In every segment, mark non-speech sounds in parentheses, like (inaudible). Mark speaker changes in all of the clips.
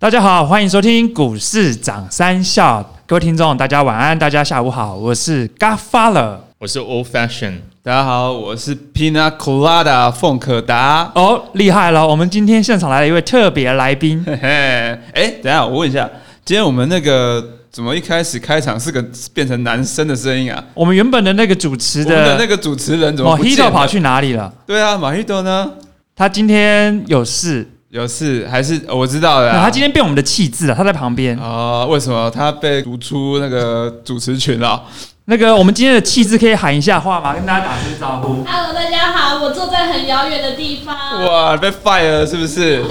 Speaker 1: 大家好，欢迎收听股市涨三笑，各位听众，大家晚安，大家下午好，我是 Godfather。
Speaker 2: 我是 Old Fashion，
Speaker 3: 大家好，我是 Pina Colada 凤可达。 (laughs)
Speaker 1: 哦，厉害了！我们今天现场来了一位特别来宾，
Speaker 3: 嘿嘿，哎，等一下我问一下，今天我们那个怎么一开始开场是个变成男生的声音啊？
Speaker 1: 我们原本的那个主持
Speaker 3: 我们的那
Speaker 1: 的
Speaker 3: 个主持人怎么
Speaker 1: 哦
Speaker 3: 不见
Speaker 1: Hito
Speaker 3: 了？
Speaker 1: 跑去哪里了？
Speaker 3: 对啊，马希多呢？
Speaker 1: 他今天有事，
Speaker 3: 有事还是、哦我知道了
Speaker 1: 那
Speaker 3: 啊、
Speaker 1: 他今天变我们的气质了，他在旁边。
Speaker 3: 哦，为什么他被逐出那个主持群啊了？
Speaker 1: 那个，我们今天的气质可以喊一下话吗？跟大家打声招
Speaker 3: (laughs)
Speaker 1: 呼。
Speaker 4: Hello，大家好，我坐在很遥远的地
Speaker 1: 啊
Speaker 4: 方。
Speaker 3: 哇，被 fire 了是不是？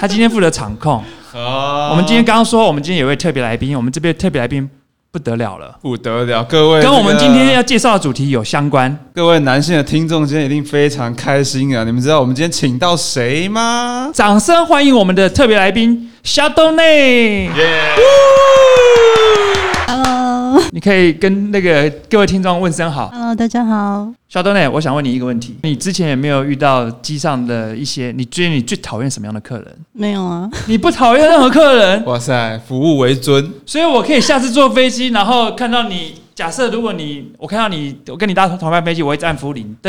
Speaker 1: 他今天负责场控。
Speaker 3: 啊，
Speaker 1: (laughs) 我们今天刚刚说，我们今天有位特别来宾，我们这边特别来宾不得了了，
Speaker 3: 不得了，各位、
Speaker 1: 跟我们
Speaker 3: 这
Speaker 1: 今
Speaker 3: 个
Speaker 1: 天要介绍的主题有相关。
Speaker 3: 各位男性的听众今天一定非常开心啊！你们知道我们今天请到谁吗？
Speaker 1: 掌声欢迎我们的特别来宾小豆内。
Speaker 5: Hello，Hello，
Speaker 1: 你可以跟那个各位听众问声好。
Speaker 5: 大家好。
Speaker 1: 小豆内，我想问你一个问题：你之前有没有遇到机上的一些？你觉得你最讨厌什么样的客人？
Speaker 5: 没有啊，
Speaker 1: 你不讨厌任何客人，
Speaker 3: 哇塞，服务为尊，
Speaker 1: 所以我可以下次坐飞机，然后看到你。假设如果你我看到你，我跟你搭同班飞机，我会一直按服务铃，噔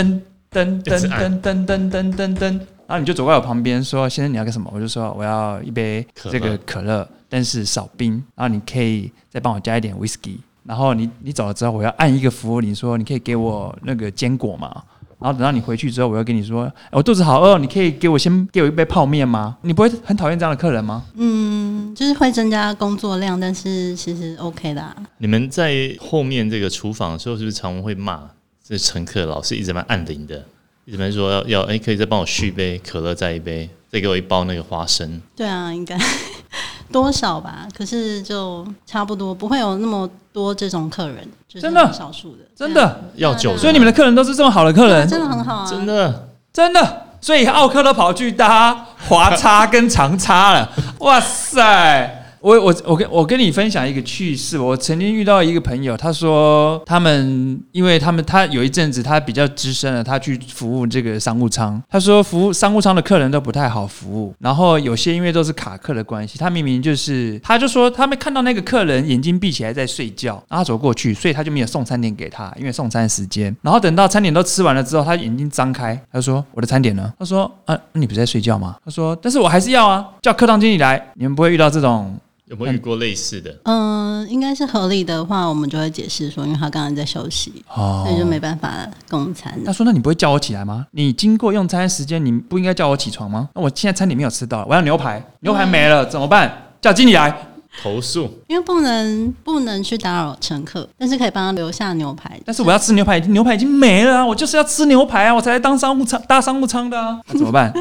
Speaker 1: 噔噔
Speaker 2: 一直按
Speaker 1: 噔噔噔噔噔噔，然后你就走过来我旁边说：“先生，你要干什么？”我就说：“哦我要一杯
Speaker 2: 可乐
Speaker 1: 这个可乐，但是少冰，然后你可以再帮我加一点 whisky。”然后你你走了之后，我要按一个服务铃说：“你可以给我那个坚果吗？”然后等到你回去之后，我要跟你说：“哎我肚子好饿哦，你可以给我先给我一杯泡面吗？”你不会很讨厌这样的客人吗？
Speaker 5: 嗯，就是会增加工作量，但是其实 OK 的、啊。
Speaker 2: 你们在后面这个厨房的时候，是不是常会骂这乘客老是一直蛮按铃的，一直蛮说要要哎、可以再帮我续一杯可乐，再一杯，再给我一包那个花生。
Speaker 5: 对啊，应该 (laughs) 多少吧，可是就差不多，不会有那么多这种客人，就是
Speaker 1: 真的
Speaker 5: 很少数的，
Speaker 1: 真
Speaker 5: 对啊，
Speaker 1: 的，
Speaker 2: 要酒的吗，
Speaker 1: 所以你们的客人都是这么好的客
Speaker 5: 对啊
Speaker 1: 人，
Speaker 5: 真的很好啊，
Speaker 2: 真的
Speaker 1: 真的，所以奥克都跑去搭华叉跟长叉了。哇塞！我我我跟我跟你分享一个趣事，我曾经遇到一个朋友，他说他们因为他们他有一阵子他比较资深了，他去服务这个商务舱，他说服务商务舱的客人都不太好服务，然后有些因为都是卡客的关系，他明明就是他就说他们看到那个客人眼睛闭起来在睡觉，然后他走过去，所以他就没有送餐点给他，因为送餐时间，然后等到餐点都吃完了之后，他眼睛张开，他就说我的餐点呢？他说啊你不是在睡觉吗？他说呃但是我还是要啊，叫客堂经理来，你们不会遇到这种。
Speaker 2: 有没有遇过类似的？
Speaker 5: 嗯、应该是合理的话，我们就会解释说，因为他刚刚在休息，
Speaker 1: 哦
Speaker 5: 所以就没办法供餐
Speaker 1: 他。说：“那你不会叫我起来吗？你经过用餐时间，你不应该叫我起床吗？那我现在餐点没有吃到，我要牛排，牛排没了怎么办？叫经理来。
Speaker 2: 投诉
Speaker 5: 因为不能不能去打扰乘客，但是可以帮他留下牛排。
Speaker 1: 但是我要吃牛排，牛排已经没了啊！我就是要吃牛排啊！我才来当商务舱搭商务舱的啊！那怎么 (laughs) 办？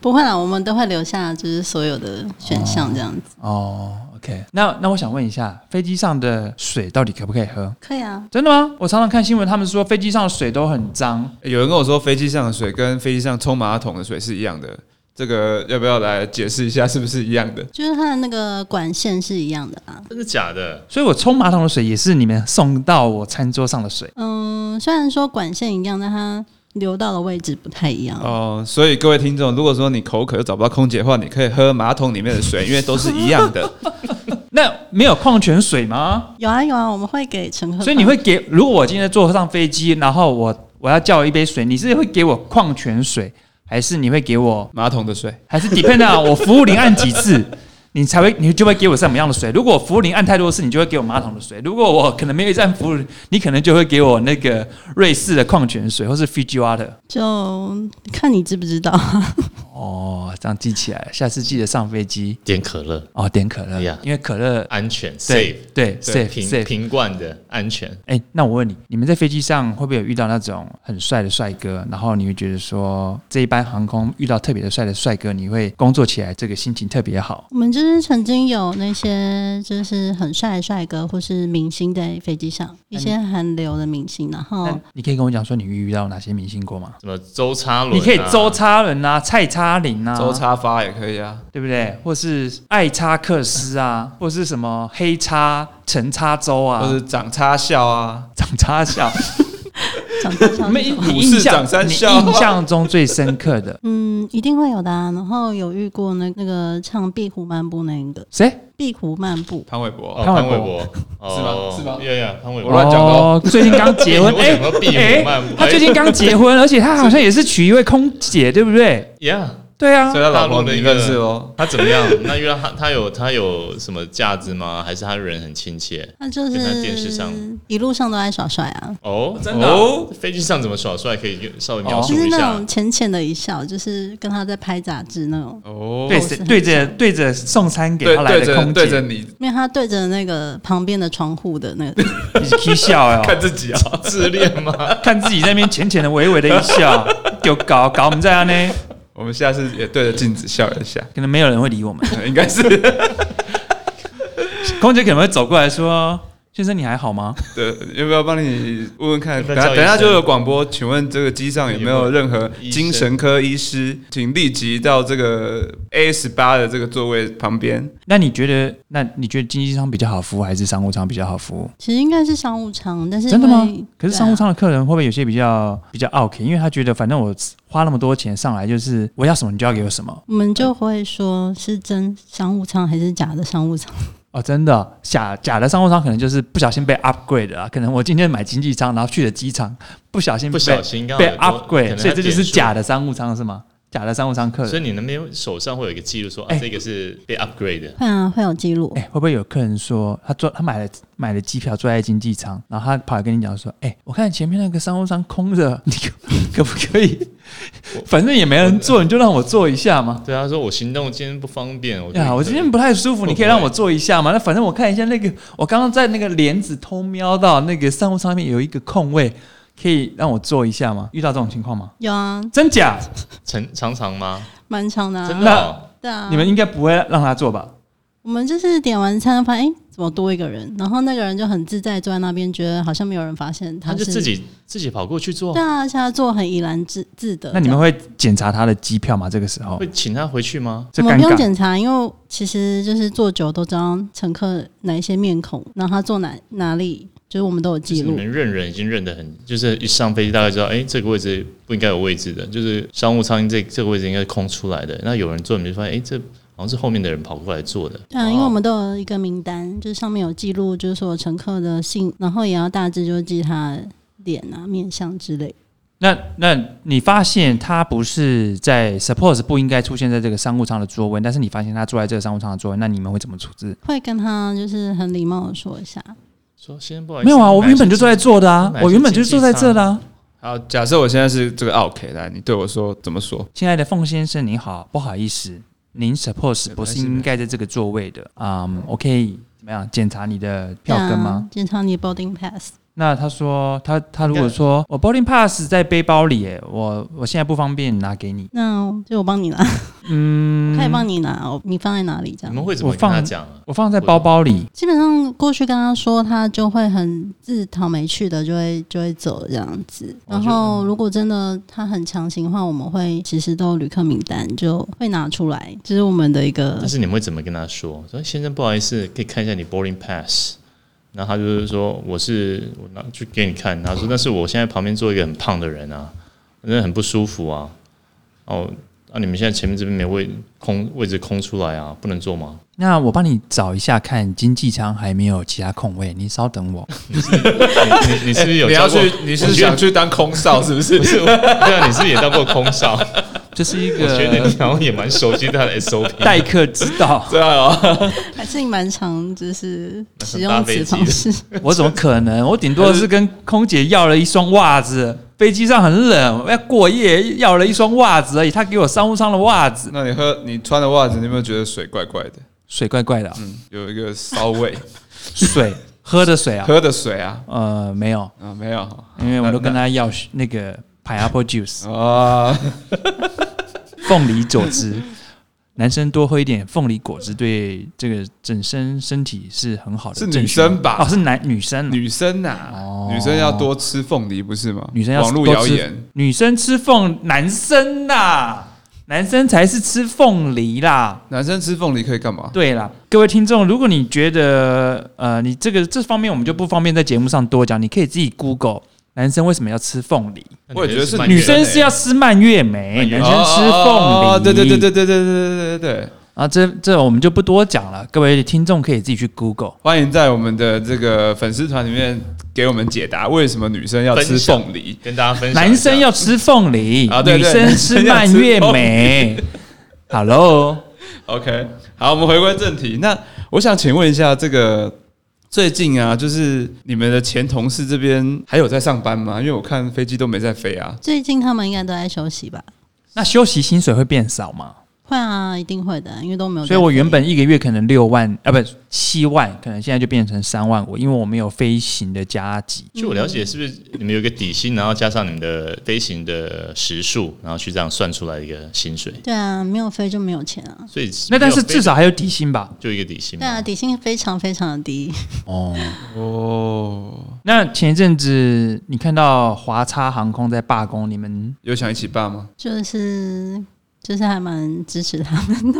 Speaker 5: 不会啦，我们都会留下就是所有的选项这样子。
Speaker 1: 哦，OK，那那我想问一下，飞机上的水到底可不可以喝？
Speaker 5: 可以啊，
Speaker 1: 真的吗？我常常看新闻，他们说飞机上的水都很脏，
Speaker 3: 有人跟我说飞机上的水跟飞机上冲马桶的水是一样的，这个要不要来解释一下是不是一样的？
Speaker 5: 就是它的那个管线是一样的啦。
Speaker 2: 真的假的？
Speaker 1: 所以我冲马桶的水也是你们送到我餐桌上的水。
Speaker 5: 嗯，虽然说管线一样，但它流到的位置不太一样。
Speaker 3: 哦，所以各位听众，如果说你口渴又找不到空姐的话，你可以喝马桶里面的水，因为都是一
Speaker 1: (laughs)
Speaker 3: 样的。
Speaker 1: 那没有矿泉水吗？ (laughs)
Speaker 5: 有啊有啊，我们会给乘客。
Speaker 1: 所以你会给，如果我今天坐上飞机，然后我我要叫一杯水，你是会给我矿泉水，还是你会给我，
Speaker 3: 马桶的水，
Speaker 1: 还是 depend on 我服务铃按几次， (laughs) 你才会你就会给我什么样的水？如果我服务铃按太多次，你就会给我马桶的水；如果我可能没有一直按服务铃，你可能就会给我那个瑞士的矿泉水或是 Fiji water。
Speaker 5: 就看你知不知道。 (laughs)
Speaker 1: 哦，这样记起来了，下次记得上飞机
Speaker 2: 点可乐，
Speaker 1: 哦点可乐
Speaker 2: Yeah
Speaker 1: 因为可乐
Speaker 2: 安全 safe，
Speaker 1: 对对
Speaker 2: 对
Speaker 1: safe
Speaker 2: 瓶
Speaker 1: safe。
Speaker 2: 瓶罐的安全。
Speaker 1: 哎、那我问你，你们在飞机上会不会有遇到那种很帅的帅哥？然后你会觉得说，这一班航空遇到特别的帅的帅哥，你会工作起来这个心情特别好？
Speaker 5: 我们就是曾经有那些就是很帅的帅哥或是明星在飞机上，一些韩流的明星，然后
Speaker 1: 那你可以跟我讲说，你遇到哪些明星过吗？
Speaker 2: 什么周插轮、啊？
Speaker 1: 你可以周插人啊，蔡插林啊，
Speaker 3: 周插发也可以啊。
Speaker 1: 对不对？或是艾插克斯啊，或是什么黑插陈插周
Speaker 3: 或
Speaker 1: 啊，
Speaker 3: 是长插笑啊，
Speaker 1: 长插笑。
Speaker 5: 长大上
Speaker 1: 没
Speaker 5: 是什么
Speaker 1: 你
Speaker 3: 股
Speaker 1: 印
Speaker 3: 市
Speaker 1: 象
Speaker 3: 涨三
Speaker 1: 你
Speaker 3: 笑
Speaker 1: 印象中最深刻的
Speaker 5: 嗯，一定会有的、啊。然后有遇过那那个唱《壁虎漫步》那一个《
Speaker 1: 谁？
Speaker 5: 壁虎漫步》，
Speaker 3: 潘玮柏
Speaker 2: 哦，
Speaker 1: 潘
Speaker 2: 潘
Speaker 1: 玮
Speaker 2: 玮
Speaker 1: 柏
Speaker 2: 柏哦
Speaker 3: 是吗是吗
Speaker 2: 呀呀，潘玮
Speaker 3: 我乱
Speaker 2: 柏，
Speaker 3: 讲的
Speaker 1: 哦
Speaker 3: 哦，
Speaker 1: 最近刚结
Speaker 3: (laughs)
Speaker 1: 婚，
Speaker 2: 我
Speaker 1: 哎
Speaker 2: 想说壁虎
Speaker 1: 哎
Speaker 2: 漫步，
Speaker 1: 他最近刚结
Speaker 3: 哎
Speaker 1: 婚，而且他好像也是娶一位空姐，对不对？
Speaker 2: 呀，
Speaker 1: 对啊
Speaker 3: 所，以他老婆
Speaker 2: 大陆的
Speaker 3: 你
Speaker 2: 一个
Speaker 3: 认识哦？
Speaker 2: 他怎么样？ (laughs) 那因为他他有他有什么价值吗？还是他人很亲切？
Speaker 5: 他就
Speaker 2: 跟他电视上
Speaker 5: 是一路上都在耍帅啊，
Speaker 2: 哦，真
Speaker 3: 的啊
Speaker 2: 哦，飞机上怎么耍帅？可以稍微
Speaker 1: 哦
Speaker 2: 描
Speaker 5: 就
Speaker 2: 述
Speaker 5: 是
Speaker 2: 一
Speaker 5: 那
Speaker 2: 下。
Speaker 5: 种浅浅的一笑，就是跟他在拍杂志那种。
Speaker 3: 哦，
Speaker 1: 对
Speaker 5: 是很
Speaker 1: 对着对着送餐给
Speaker 3: 对
Speaker 1: 他来
Speaker 3: 对
Speaker 1: 的
Speaker 3: 着
Speaker 1: 空
Speaker 3: 对着
Speaker 1: 姐，
Speaker 3: 你
Speaker 5: 因为他对着那个旁边的窗户的
Speaker 1: (laughs)
Speaker 5: 那个，
Speaker 1: 你起笑啊，
Speaker 3: 看自己啊，
Speaker 2: 自恋吗？
Speaker 1: 看自己在那边浅浅的、微微的一
Speaker 2: (laughs)
Speaker 1: 笑，就搞搞我们在那呢，
Speaker 3: 我们下次也对着镜子笑一下，
Speaker 1: 可能没有人会理我
Speaker 2: (laughs)
Speaker 1: 们。
Speaker 3: 应该是
Speaker 1: 空姐可能会走过来说：“先生，你还好吗？
Speaker 3: (laughs) 对，要不要帮你问问看？
Speaker 2: 要不
Speaker 3: 等
Speaker 2: 要叫
Speaker 3: 下
Speaker 2: 医生
Speaker 3: 等下就有广播，请问这个机上有没有任何
Speaker 2: 医生
Speaker 3: 精神科医师？请立即到这个 A 十八的这个座位旁边。
Speaker 1: 那你觉得，那你觉得经济舱比较好服务，还是商务舱比较好服务？
Speaker 5: 其实应该是商务舱，但是
Speaker 1: 真的吗
Speaker 5: 因为？
Speaker 1: 可是商务舱的客人会不会有些比较比较 OK？因为他觉得，反正我花那么多钱上来，就是我要什么你就要给我什么
Speaker 5: 啊我们就会说是真商务舱还是假的商务舱， (laughs)
Speaker 1: 哦，真的假假的商务舱可能就是不小心被 upgrade 了啊，可能我今天买经济舱，然后去了机场，不小心被
Speaker 2: 不小心刚好
Speaker 1: 被
Speaker 2: 有多可
Speaker 1: upgrade，
Speaker 2: 能他
Speaker 1: 所以这就是
Speaker 2: 点数
Speaker 1: 假的商务舱是吗？假的商务舱客人
Speaker 2: 所以。你那边手上会有一个记录说
Speaker 1: 哎
Speaker 2: 啊，这个是被 upgrade 的。
Speaker 5: 会啊会有记录
Speaker 1: 哎、。会不会有客人说他坐他买了买了机票坐在经济舱，然后他跑来跟你讲说，哎、我看前面那个商务舱空着， (laughs) 你可可不可以？反正也没人坐，你就让我坐一下嘛。
Speaker 2: 对啊，他说我行动今天不方便，我
Speaker 1: 啊呀，我今天
Speaker 2: 不
Speaker 1: 不太舒服，
Speaker 2: 会
Speaker 1: 你
Speaker 2: 不
Speaker 1: 可以让
Speaker 2: 会
Speaker 1: 我坐一下嘛？那反正我看一下那个，我刚刚在那个帘子偷瞄到那个商务舱上面有一个空位，可以让我坐一下吗？遇到这种情况吗？
Speaker 5: 有啊，
Speaker 1: 真假？
Speaker 2: 常常常吗？
Speaker 5: 蛮长的、啊，
Speaker 2: 真的哦
Speaker 5: 对啊。
Speaker 1: 你们应该不会让他坐吧？
Speaker 5: 我们就是点完餐发现，哎、怎么多一个人？然后那个人就很自在坐在那边，觉得好像没有人发现
Speaker 2: 他
Speaker 5: 是
Speaker 2: 就自己自己跑过去做
Speaker 5: 对，啊，而且他坐很怡然自自得。
Speaker 1: 那你
Speaker 5: 这
Speaker 1: 们
Speaker 5: 样
Speaker 1: 会检查他的机票吗？这个时候
Speaker 2: 会请他回去吗？
Speaker 1: 这
Speaker 5: 我
Speaker 1: 尴
Speaker 5: 们不用
Speaker 1: 尬。
Speaker 5: 检查，因为其实就是坐久都知道乘客哪一些面孔，然后他坐哪哪里，就是我们都有
Speaker 2: 就是
Speaker 5: 记
Speaker 2: 你
Speaker 5: 录。
Speaker 2: 们认人已经认得很，就是一上飞机大概知道，哎，这个位置不应该有位置的，就是商务舱这这个位置应该是空出来的。那有人坐，你就发现，哎，这好像是后面的人跑过来坐的。
Speaker 5: 对啊，
Speaker 2: 哇
Speaker 5: 因为我们都有一个名单，就是上面有记录，就是所有乘客的姓，然后也要大致就记他脸啊、面相之类。
Speaker 1: 那那你发现他不是在 suppose 不应该出现在这个商务舱的座位，但是你发现他坐在这个商务舱的座位，那你们会怎么处置？
Speaker 5: 会跟他就是很礼貌的说一下，
Speaker 2: 说先生不好意思，
Speaker 1: 没有啊，
Speaker 2: 你
Speaker 1: 我
Speaker 2: 买
Speaker 1: 原本
Speaker 2: 手
Speaker 1: 就
Speaker 2: 机
Speaker 1: 坐在这的啊
Speaker 2: 买，是
Speaker 1: 我原本就是坐在这的啊。
Speaker 3: 好，假设我现在是这个 OK，来，你对我说怎么说？
Speaker 1: 亲爱的凤先生，您好，不好意思，您 suppose
Speaker 3: 没
Speaker 1: 不
Speaker 3: 关系
Speaker 1: 是应该在这个座位的。嗯，我可以怎么样检查你的票
Speaker 5: 对啊
Speaker 1: 根
Speaker 2: 嗯
Speaker 1: 吗？？
Speaker 5: 检查你的 boarding pass。
Speaker 1: 那他说他他如果
Speaker 2: 嗯
Speaker 1: 说我 boarding pass 在背包里耶，我我现在不方便拿给你。
Speaker 5: 那就我帮你拿，
Speaker 1: 嗯，
Speaker 5: 可以帮你拿，哦我你放在哪里这
Speaker 2: 你
Speaker 5: 样
Speaker 2: 们？会怎么
Speaker 1: 我
Speaker 2: 跟他
Speaker 1: 放
Speaker 2: 讲啊？
Speaker 1: 我放在包包里。
Speaker 5: 基本上过去跟他说，他就会很自讨没趣的，就会就会走这样子。
Speaker 2: 哦
Speaker 5: 然
Speaker 2: 就
Speaker 1: 嗯
Speaker 5: 后如果真的他很强行的话，我们会其实都有旅客名单就会拿出来，这、是我们的一个
Speaker 2: 但。是你们会怎么跟他说？说先生不好意思，可以看一下你 boarding pass。然后他就是说我是我拿去给你看，他说但是我现在旁边坐一个很胖的人啊，真的很不舒服啊。哦，那、你们现在前面这边没位空位置空出来啊，不能坐吗？
Speaker 1: 那我帮你找一下，看经济舱还没有其他空位，您稍等我。
Speaker 2: 你你你是不是有
Speaker 1: 哎
Speaker 3: 你
Speaker 2: 教
Speaker 3: 要
Speaker 2: 过？
Speaker 3: 去？你
Speaker 2: 我
Speaker 3: 是
Speaker 2: 觉得
Speaker 3: 想去当空少是不是
Speaker 2: 不？是？对啊，你是不是也当过空少？
Speaker 1: (laughs) 这是一
Speaker 2: 我觉得你
Speaker 1: 个
Speaker 2: 好像也蛮熟悉他的 SOP。
Speaker 1: 待客之道，
Speaker 3: 对啊，
Speaker 5: (laughs) 还是蛮常就是使
Speaker 2: 搭
Speaker 5: 用
Speaker 2: 飞
Speaker 5: 此
Speaker 2: 机
Speaker 5: 方式，
Speaker 1: 我怎么可能？我顶多是跟空姐要了一双袜子，飞机上很冷，我要过夜，要了一双袜子而已。她给我商务舱的袜子，
Speaker 3: (laughs) 那你喝你穿的袜子，你有没有觉得水怪怪的？
Speaker 1: 水怪怪的啊、
Speaker 3: 嗯，有一个骚 (laughs) 味，
Speaker 1: 水喝的水啊，
Speaker 3: (laughs) 喝的水啊
Speaker 1: 呃，没有，
Speaker 3: 啊没有
Speaker 1: 因为我都跟她要那个 pineapple juice
Speaker 3: 啊，
Speaker 1: 凤梨果汁。男生多喝一点凤梨果汁，对这个整身身体是很好的
Speaker 3: 是
Speaker 1: 正
Speaker 3: 女
Speaker 1: 循环。
Speaker 3: 生吧
Speaker 1: 哦，是男女生啊、
Speaker 3: (laughs) 女生啊呐、
Speaker 1: 哦
Speaker 3: 女生要多吃凤梨不是吗？
Speaker 1: 女生要
Speaker 3: 网络
Speaker 1: 多
Speaker 3: 谣
Speaker 1: 吃
Speaker 3: 言，
Speaker 1: 女生吃凤，男生呐、男生才是吃凤梨啦。
Speaker 3: 男生吃凤梨可以干嘛？
Speaker 1: 对啦，各位听众，如果你觉得呃，你这个这方面我们就不方便在节目上多讲，你可以自己 Google。男生为什么要吃凤梨？
Speaker 3: 我也觉得是
Speaker 2: 那你
Speaker 1: 女
Speaker 2: 觉
Speaker 1: 生
Speaker 2: 得
Speaker 1: 是要吃蔓越莓，
Speaker 2: 蔓越
Speaker 1: 男
Speaker 2: 莓
Speaker 1: 生吃凤
Speaker 3: 哦
Speaker 1: 梨。
Speaker 3: 对对对对对对对对对对。
Speaker 1: 啊，这这我们就不多讲了，各位听众可以自己去 Google。
Speaker 3: 欢迎在我们的这个粉丝团里面给我们解答，为什么女生要吃
Speaker 2: 分享
Speaker 3: 凤梨？
Speaker 2: 跟大家分享一下，
Speaker 1: 男生要吃凤梨，
Speaker 3: 啊对对
Speaker 1: 女生吃蔓越莓。Hello，
Speaker 3: OK，好，我们回归正题。那我想请问一下，这个最近啊，就是你们的前同事这边还有在上班吗？因为我看飞机都没在飞啊。
Speaker 5: (laughs) 最近他们应该都在休息吧？
Speaker 1: 那休息薪水会变少吗？
Speaker 5: 会啊，一定会的，因为都没有在飞。
Speaker 1: 所以我原本一个月可能六万啊，不七万，可能现在就变成三万五，因为我没有飞行的加急。
Speaker 2: 据我了解，是不是你们有一个底薪，然后加上你们的飞行的时数，然后去这样算出来一个薪水？
Speaker 5: 对啊，没有飞就没有钱啊。
Speaker 2: 所以
Speaker 1: 那但是
Speaker 2: 没有
Speaker 1: 至
Speaker 2: 飞
Speaker 1: 少还有底薪吧？
Speaker 2: 就一个底薪嘛。
Speaker 5: 对啊，底薪非常非常的低。 (laughs)
Speaker 2: (laughs)
Speaker 1: 哦，
Speaker 3: 哦，
Speaker 1: 那前一阵子你看到华差航空在罢工，你们
Speaker 3: 有想一起办吗？
Speaker 5: 就是就是还蛮支持他们。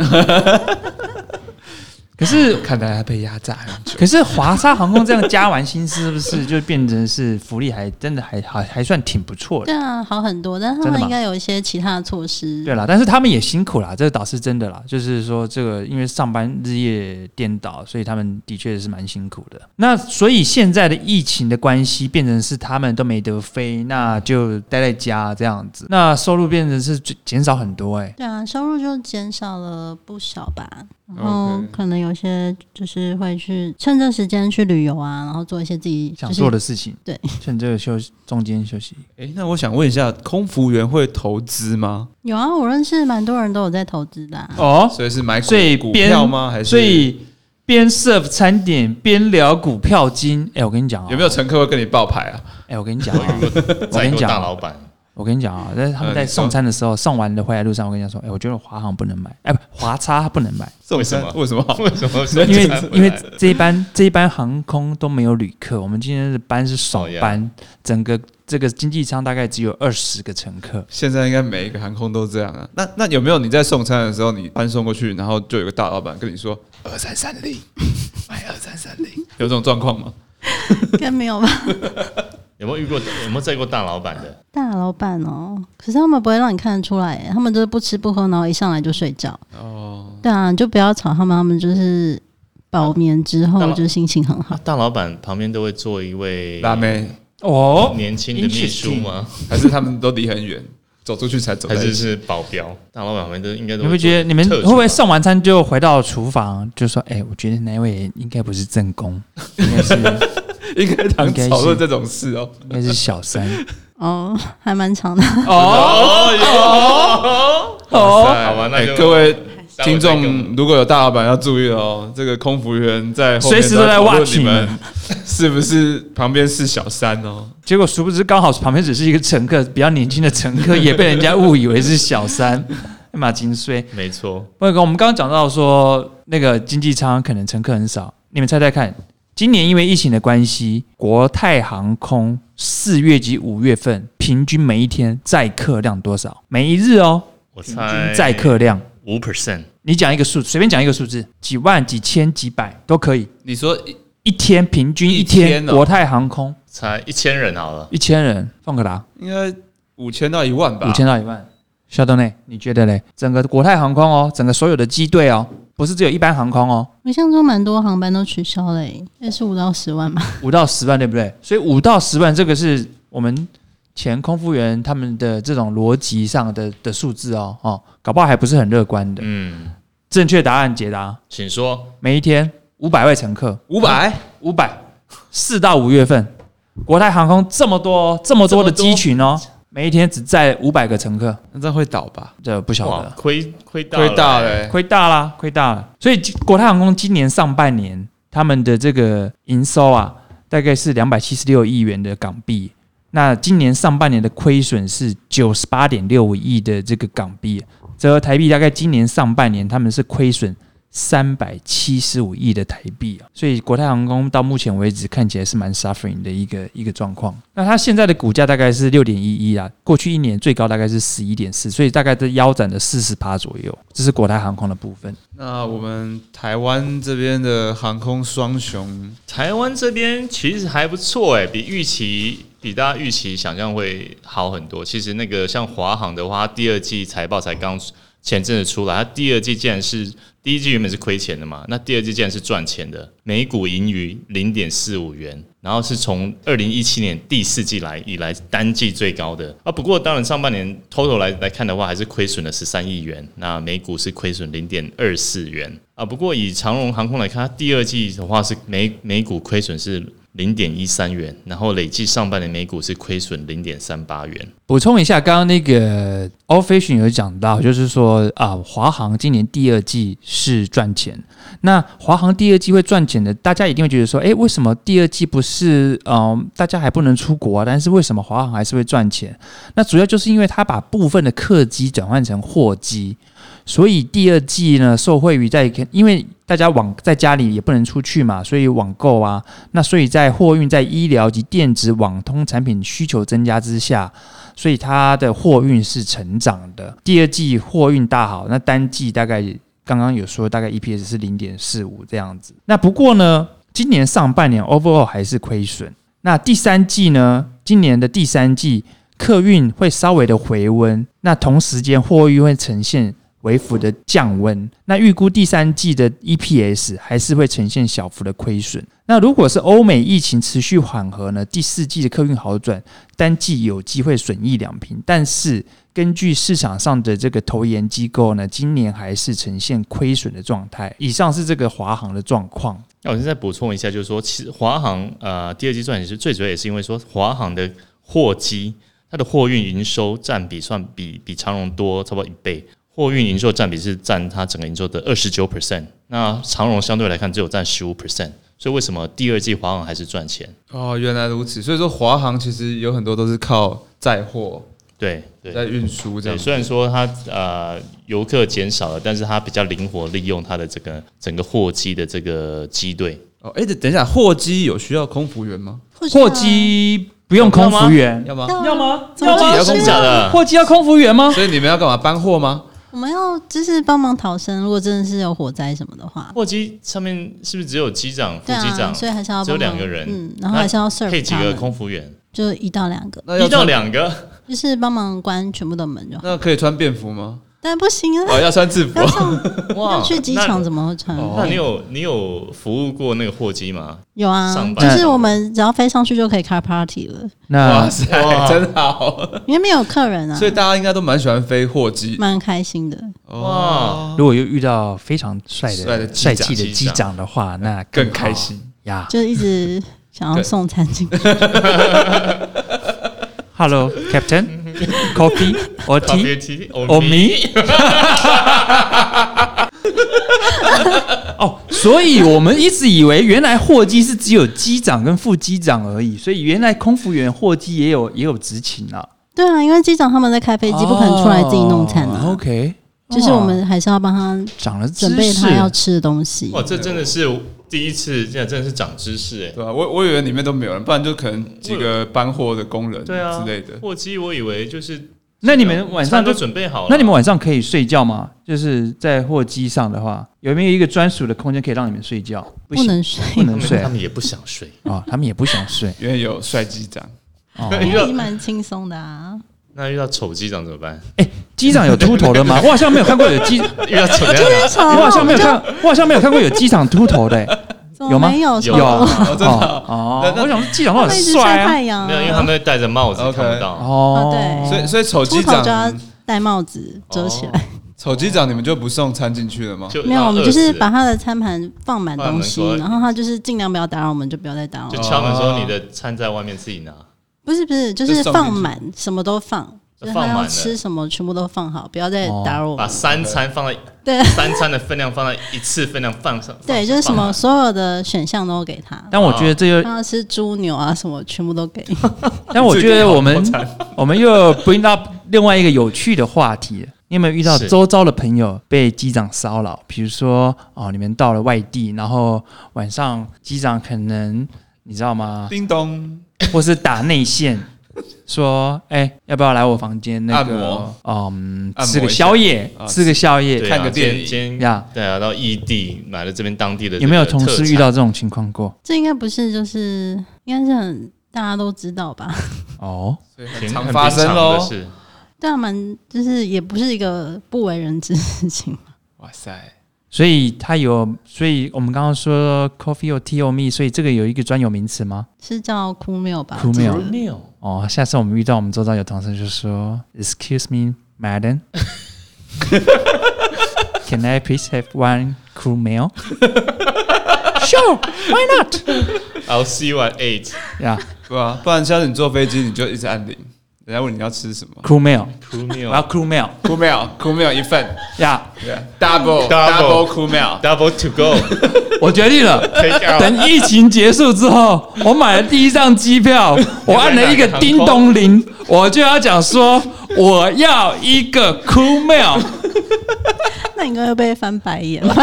Speaker 1: 可是
Speaker 3: 看大家被压榨很久。
Speaker 1: 可是华沙航空这样加完薪，是不是就变成是福利还真的还还还算挺不错的？
Speaker 5: 对啊，好很多，但是他
Speaker 1: 真的
Speaker 5: 们
Speaker 1: 吗
Speaker 5: 应该有一些其他的措施。
Speaker 1: 对啦，但是他们也辛苦啦，这个倒是真的啦。就是说，这个因为上班日夜颠倒，所以他们的确是蛮辛苦的。那所以现在的疫情的关系，变成是他们都没得飞，那就待在家这样子，那收入变成是减少很多哎、
Speaker 5: 对啊，收入就减少了不少吧。然后
Speaker 3: OK
Speaker 5: 可能有些就是会去趁这时间去旅游啊，然后做一些自己、就
Speaker 1: 想
Speaker 5: 是、
Speaker 1: 做的事情。
Speaker 5: 对，
Speaker 1: 趁这个休息中间休息。
Speaker 3: 哎，那我想问一下，空服员会投资吗？
Speaker 5: 有啊，我认识蛮多人都有在投资的、啊。
Speaker 1: 哦，
Speaker 3: 所以是买股
Speaker 1: 所以
Speaker 3: 股
Speaker 1: 边
Speaker 3: 票吗？还是
Speaker 1: 所以边 serve 餐点边聊股票金。哎、我跟你讲、啊，
Speaker 3: 有没有？乘客会跟你爆牌啊？
Speaker 1: 哎、我跟你讲、啊，我
Speaker 2: 再
Speaker 1: 跟
Speaker 2: 一
Speaker 1: 你
Speaker 2: 个大
Speaker 1: 讲
Speaker 2: 老
Speaker 1: 啊，
Speaker 2: 板，
Speaker 1: 我跟你讲啊，但是他们
Speaker 3: 呃
Speaker 1: 在
Speaker 3: 你说
Speaker 1: 送餐的时候，送完了回来路上，我跟你讲说，哎、我觉得华航不能买，哎、不，华差不能
Speaker 3: (laughs)
Speaker 1: 买，
Speaker 3: 送
Speaker 2: 为什
Speaker 3: 餐
Speaker 2: 么
Speaker 3: 为什么？
Speaker 2: 为什么？
Speaker 1: 因为因为这一班这一班航空都没有旅客，我们今天的班是首
Speaker 2: 哦呀
Speaker 1: 班整个这个经济舱大概只有二十个乘客。
Speaker 3: (laughs) 现在应该每一个航空都这样啊。那那有没有你在送餐的时候，你搬送过去，然后就有个大老板跟你说二三三零，买二三三零，有这种状况吗？
Speaker 5: 应该没有吧？
Speaker 2: 有没有遇过有没有载过大老板的？
Speaker 5: 大老板哦，可是他们不会让你看得出来耶，他们就是不吃不喝，然后一上来就睡觉。
Speaker 3: 哦，
Speaker 5: 对啊，你就不要吵他们，他们就是饱眠之
Speaker 2: 大
Speaker 5: 后
Speaker 2: 老
Speaker 5: 就心情很好
Speaker 2: 啊。，大老板旁边都会坐一位
Speaker 3: 辣妹，
Speaker 1: 哦，
Speaker 2: 年轻的秘书吗？
Speaker 3: 还是他们都离很远，走出去才走在
Speaker 2: 还
Speaker 3: 一起？
Speaker 2: 是是保镖？大老板旁边都应该都
Speaker 1: 你会觉得你们
Speaker 2: 特
Speaker 1: 会
Speaker 2: 助
Speaker 1: 不会
Speaker 2: 吧
Speaker 1: 送完餐就回到厨房，就说：“哎、我觉得那位应该不是正宫，应该是应
Speaker 3: 应该常
Speaker 1: 应该是
Speaker 3: 讨论这种事哦。
Speaker 1: 该是小
Speaker 3: (laughs)
Speaker 1: 三。
Speaker 5: 哦，还蛮长的。
Speaker 1: 哦”哦哦！
Speaker 2: 好吧那
Speaker 3: 哎
Speaker 2: 就
Speaker 3: 各位。
Speaker 2: 待会再
Speaker 3: 听
Speaker 2: 跟我
Speaker 3: 众如果有大老板要注意哦，这个空服员在后面
Speaker 1: 随时都在
Speaker 3: 讨论
Speaker 1: watch
Speaker 3: 你们
Speaker 1: 你，
Speaker 3: 是不是旁边是小三哦？
Speaker 1: 结果殊不知，刚好旁边只是一个乘客，比较年轻的乘客，也被人家误以为是小三，哎马金衰。
Speaker 2: 没错，
Speaker 1: 那个我们刚刚讲到说，那个经济舱可能乘客很少，你们猜猜看，今年因为疫情的关系，国泰航空四月及五月份平均每一天载客量多少？每一日哦，
Speaker 2: 我
Speaker 1: 平
Speaker 2: 猜
Speaker 3: 哎
Speaker 1: 均载客量，
Speaker 2: 五 percent，
Speaker 1: 你讲一个数，随便讲一个数字，几万、几千、几百都可以。
Speaker 3: 你说
Speaker 1: 一天平均一天，
Speaker 3: 一天哦
Speaker 1: 国泰航空
Speaker 2: 猜一千人好了，
Speaker 1: 一千人，放个达
Speaker 3: 应该五千到一万吧？
Speaker 1: 五千到一万。肖东内，你觉得嘞？整个国泰航空哦，整个所有的机队哦，不是只有一般航空哦，
Speaker 5: 我印象中蛮多航班都取消了耶，也是五到十万吧。
Speaker 1: 五到十万，对不对？所以五到十万这个是我们前空服员他们的这种逻辑上的的数字哦，哦，搞不好还不是很乐观的。
Speaker 2: 嗯，
Speaker 1: 正确答案解答：
Speaker 2: 请说，
Speaker 1: 每一天五百位乘客，
Speaker 3: 五百，
Speaker 1: 五百，四到五月份，国泰航空这么多哦这么多的
Speaker 2: 这么
Speaker 1: 机
Speaker 2: 多
Speaker 1: 群哦，每一天只载五百个乘客，
Speaker 3: 那这样会倒吧？
Speaker 1: 这不晓
Speaker 2: 哇，
Speaker 1: 得，
Speaker 2: 亏亏大
Speaker 3: 亏大
Speaker 2: 了
Speaker 3: 了
Speaker 2: 欸，
Speaker 3: 欸，
Speaker 1: 亏大啦，亏大了。所以国泰航空今年上半年他们的这个营收啊，大概是两百七十六亿元的港币。那今年上半年的亏损是九十八点六五亿的这个港币，折合台币大概今年上半年他们是亏损三百七十五亿的台币啊，所以国泰航空到目前为止看起来是蛮 suffering 的一个一个状况。那它现在的股价大概是六点一一啊，过去一年最高大概是十一点四，所以大概在腰斩的四十趴左右，这是国泰航空的部分。
Speaker 3: 那我们台湾这边的航空双雄，
Speaker 2: 欸台湾这边其实还不错哎，比预期比大家预期想象会好很多。其实那个像华航的话，它第二季财报才刚前阵子出来，它第二季竟然是第一季原本是亏钱的嘛，那第二季竟然是赚钱的，每股盈余零点四五元，然后是从二零一七年第四季来以来单季最高的啊。不过当然上半年 total 来来看的话，还是亏损了十三亿元，那每股是亏损零点二四元啊。不过以长荣航空来看，它第二季的话是每每股亏损是。零点一三元，然后累计上半年每股是亏损零点三八元。
Speaker 1: 补充一下，刚刚那个 All Fashion 有讲到，就是说啊，华航今年第二季是赚钱。那华航第二季会赚钱的，大家一定会觉得说，诶，为什么第二季不是嗯、大家还不能出国啊？但是为什么华航还是会赚钱？那主要就是因为它把部分的客机转换成货机，所以第二季呢，受惠于在因为大家网在家里也不能出去嘛，所以网购啊，那所以在货运、在医疗及电子网通产品需求增加之下，所以它的货运是成长的。第二季货运大好，那单季大概刚刚有说大概 EPS 是零点四五这样子。那不过呢，今年上半年 overall 还是亏损。那第三季呢，今年的第三季客运会稍微的回温，那同时间货运会呈现。微幅的降温，那预估第三季的 EPS 还是会呈现小幅的亏损。那如果是欧美疫情持续缓和呢，第四季的客运好转，单季有机会损益两平，但是根据市场上的这个投研机构呢，今年还是呈现亏损的状态。以上是这个华航的状况。
Speaker 2: 那我现在补充一下，就是说，其实华航呃第二季赚钱是最主要也是因为说华航的货机它的货运营收占比算比比长荣多差不多一倍，货运营收占比是占它整个营收的二十九 percent，那长荣相对来看只有占十五 percent，所以为什么第二季华航还是赚钱？
Speaker 3: 哦，原来如此。所以说，华航其实有很多都是靠载货
Speaker 2: 对对，
Speaker 3: 在运输这
Speaker 2: 对，
Speaker 3: 样。
Speaker 2: 虽然说它呃游客减少了，但是它比较灵活利用它的这个整个货机的这个机队。
Speaker 3: 哦，哎、等等一下，货机有需要空服员吗？
Speaker 1: 货
Speaker 3: 啊
Speaker 1: 机不用空服员，
Speaker 3: 要吗？
Speaker 5: 啊
Speaker 1: 要吗？
Speaker 5: 怎么
Speaker 1: 要
Speaker 5: 记
Speaker 1: 吗
Speaker 5: 得？
Speaker 2: 真的假的？
Speaker 1: 啊货机要空服员吗？
Speaker 3: 所以你们要干嘛？搬货吗？
Speaker 5: 我们要就是帮忙逃生，如果真的是有火灾什么的话，
Speaker 2: 货机上面是不是只有机长、副
Speaker 5: 对
Speaker 2: 机
Speaker 5: 啊，
Speaker 2: 长？
Speaker 5: 所以还是要
Speaker 2: 只有
Speaker 5: 帮忙
Speaker 2: 两个人
Speaker 5: 嗯，然后还是要 serve
Speaker 2: 配几
Speaker 5: 他
Speaker 2: 个
Speaker 5: 们
Speaker 2: 空服员？
Speaker 5: 就一到两个，
Speaker 3: 那呃要
Speaker 2: 一到
Speaker 3: 穿，
Speaker 2: 两个。
Speaker 5: 就是帮忙关全部的门就好。
Speaker 3: 那可以穿便服吗？
Speaker 5: 但不行啊，
Speaker 3: 哦，要穿制服
Speaker 2: (laughs)
Speaker 5: 要。上要
Speaker 3: 哇，
Speaker 5: 去机场怎么会穿？
Speaker 3: 哦
Speaker 2: 哎那你有你有服务过那个货机吗？
Speaker 5: 有啊
Speaker 2: 上，
Speaker 5: 就
Speaker 2: 班
Speaker 5: 是我们只要飞上去就可以开 party
Speaker 2: (laughs)
Speaker 5: 了，
Speaker 1: 那
Speaker 3: 哇塞，
Speaker 2: 哇嗯
Speaker 3: 真好！
Speaker 5: 因为没有客人啊
Speaker 3: 所，以大家应该都蛮喜欢飞货机。
Speaker 5: 蛮开心的。
Speaker 3: 哦
Speaker 2: 哇，
Speaker 1: 如果又遇到非常帅
Speaker 3: 帅
Speaker 1: 的、
Speaker 3: 的机长
Speaker 1: 帅气的
Speaker 2: 机
Speaker 1: 机
Speaker 2: 长
Speaker 1: 长的话，那
Speaker 3: 更
Speaker 1: 好
Speaker 3: 开心
Speaker 1: 呀。
Speaker 5: 就一直想要送餐进
Speaker 2: (laughs)
Speaker 5: 去。
Speaker 1: Hello,
Speaker 3: (laughs)
Speaker 1: Captain. Coffee or
Speaker 2: 特别
Speaker 1: tea
Speaker 2: 提
Speaker 1: or
Speaker 5: 哦
Speaker 2: 欧米
Speaker 1: me？哦，所以我们一直以为原来货机是只有机长跟副机长而已，所以原来空服员货机也有也有执勤啊。
Speaker 5: 对啊，因为机长他们在开飞机，不可能出来自己弄餐
Speaker 1: 哦
Speaker 5: 啊。
Speaker 1: OK，
Speaker 5: 就是我们还是要帮他
Speaker 1: 长了知
Speaker 5: 准备
Speaker 1: 识
Speaker 5: 他，要吃的东西
Speaker 2: 哇，。这真的是第一次，这真的是长知识哎。
Speaker 3: 对啊，我我以为里面都没有人，不然就可能几个搬货的工人
Speaker 2: 对啊，
Speaker 3: 之类的。
Speaker 2: 货机我以为就是
Speaker 1: 那你们晚上
Speaker 2: 餐都
Speaker 1: 就
Speaker 2: 准备好了，
Speaker 1: 那你们晚上可以睡觉吗？就是在货机上的话，有没有一个专属的空间可以让你们睡觉？
Speaker 5: 不
Speaker 1: 行，
Speaker 5: 能睡，
Speaker 1: 不
Speaker 2: 他
Speaker 1: 能
Speaker 2: 们
Speaker 1: 睡
Speaker 2: 他
Speaker 1: 啊、
Speaker 2: 们也不想睡。
Speaker 1: 哦他们也不想睡
Speaker 3: 因为有帅机长，
Speaker 1: 哦。
Speaker 2: 遇到
Speaker 5: 也蛮轻松的啊。
Speaker 2: 那遇到丑机长怎么
Speaker 5: (laughs)
Speaker 2: 办？
Speaker 1: 哎机长有秃头的吗？我好像没有看过有机，
Speaker 2: 遇到丑机长
Speaker 5: (laughs) 丑，
Speaker 1: 我好像没有看，我好像没有看过有机长秃头的、
Speaker 3: (laughs)
Speaker 1: 欸，
Speaker 5: 怎么
Speaker 1: 有吗
Speaker 5: 没有
Speaker 2: 有
Speaker 5: 丑
Speaker 1: 有
Speaker 3: 哦，真的
Speaker 1: 哦
Speaker 3: 哦。
Speaker 1: 哦
Speaker 3: 那，那
Speaker 1: 我想说机长
Speaker 5: 他
Speaker 1: 都很
Speaker 5: 们一直晒
Speaker 1: 帅啊
Speaker 5: 太，阳啊，
Speaker 2: 没有，因为他们会戴着帽子
Speaker 3: OK
Speaker 2: 看不到。
Speaker 1: 哦，
Speaker 5: 哦
Speaker 3: 所以所以丑
Speaker 5: 秃
Speaker 3: 机
Speaker 5: 头就要
Speaker 3: 长，
Speaker 5: 戴帽子遮起来。
Speaker 3: 丑机长你们就不送餐进去了吗？
Speaker 2: 就
Speaker 5: 没有，
Speaker 2: 让
Speaker 5: 我们就
Speaker 2: 饿
Speaker 5: 是
Speaker 2: 死
Speaker 5: 把他的餐盘放满
Speaker 2: 放满
Speaker 5: 东西
Speaker 2: 门口，
Speaker 5: 然后他就是尽量不要打扰我们，就不要再打扰
Speaker 2: 就
Speaker 5: 了。
Speaker 2: 敲门说你的餐在外面自己拿。
Speaker 5: 不是不是，就
Speaker 3: 就是送进
Speaker 5: 放
Speaker 3: 去
Speaker 5: 满，什么都放，
Speaker 2: 就
Speaker 5: 就是
Speaker 2: 放
Speaker 5: 他
Speaker 2: 满
Speaker 5: 要
Speaker 2: 了
Speaker 5: 吃什么全部都放好，不要再
Speaker 1: 哦
Speaker 5: 打扰我
Speaker 2: 把
Speaker 5: 们。
Speaker 2: 三餐放在
Speaker 5: 对
Speaker 2: 三餐的分量放在一次分量放上，
Speaker 5: 对，
Speaker 2: 放
Speaker 5: 就是什
Speaker 2: 放
Speaker 5: 么
Speaker 2: 满
Speaker 5: 所有的选项都给他，
Speaker 1: 但我觉得这就，
Speaker 5: 他要吃猪牛啊什么，全部都给。
Speaker 1: 但我觉得我们 (laughs) 我们又 bring up 另外一个有趣的话题。你有没有遇到
Speaker 2: 是
Speaker 1: 周遭的朋友被机长骚扰？比如说，哦，你们到了外地，然后晚上机长可能你知道吗？
Speaker 3: 啊叮咚，
Speaker 1: 或是打内线，说：“哎、要不要来我房间那
Speaker 3: 按
Speaker 1: 个
Speaker 3: 摩，
Speaker 1: 嗯，
Speaker 3: 按摩一下
Speaker 1: 吃个宵夜，
Speaker 3: 啊
Speaker 1: 吃个宵夜。
Speaker 2: 对啊
Speaker 3: 看个电影
Speaker 2: 今天今天
Speaker 1: 呀
Speaker 2: 对啊，到异地买了这边当地的这个
Speaker 1: 有没有同事遇
Speaker 2: 特
Speaker 1: 到这种情况过？
Speaker 5: 这应该不是，就是应该是很。大家都知道吧？
Speaker 1: 哦，
Speaker 3: 所以
Speaker 2: 挺
Speaker 3: 很
Speaker 2: 很
Speaker 3: 常
Speaker 2: 平
Speaker 3: 发生
Speaker 2: 常
Speaker 3: 喽
Speaker 2: 的。事。
Speaker 5: 但啊蛮就是也不是一个不为人知的事情。
Speaker 3: 哇塞，
Speaker 1: 所以它有，所以我们刚刚说 coffee or tea or me，所以这个有一个专有名词吗？
Speaker 5: 是叫 cool meal 吧
Speaker 1: Cool
Speaker 5: 这个
Speaker 1: meal 哦，下次我们遇到我们周遭有同事就说，Excuse me, madam。Can I please have one cool
Speaker 2: (laughs)
Speaker 1: meal? sure, why not?
Speaker 2: I'll see you at eight.
Speaker 1: 呀、
Speaker 3: 对啊，不然下次你坐飞机你就一直按铃，人家问你要吃什么
Speaker 1: yeah,，，cool meal，
Speaker 2: Cool
Speaker 1: 我要
Speaker 2: meal.
Speaker 1: cool meal
Speaker 3: 酷妙酷妙一份
Speaker 1: 呀、
Speaker 3: 对啊，double
Speaker 2: Double
Speaker 3: 酷妙，
Speaker 2: Double to
Speaker 3: (laughs)
Speaker 2: go.
Speaker 1: 我决定了，
Speaker 2: Take out.
Speaker 1: 等疫情结束之后，我买了第一张机票，我按了一个叮咚铃，我就要讲说我要一个 cool meal
Speaker 5: 那你应该会被翻白眼吧？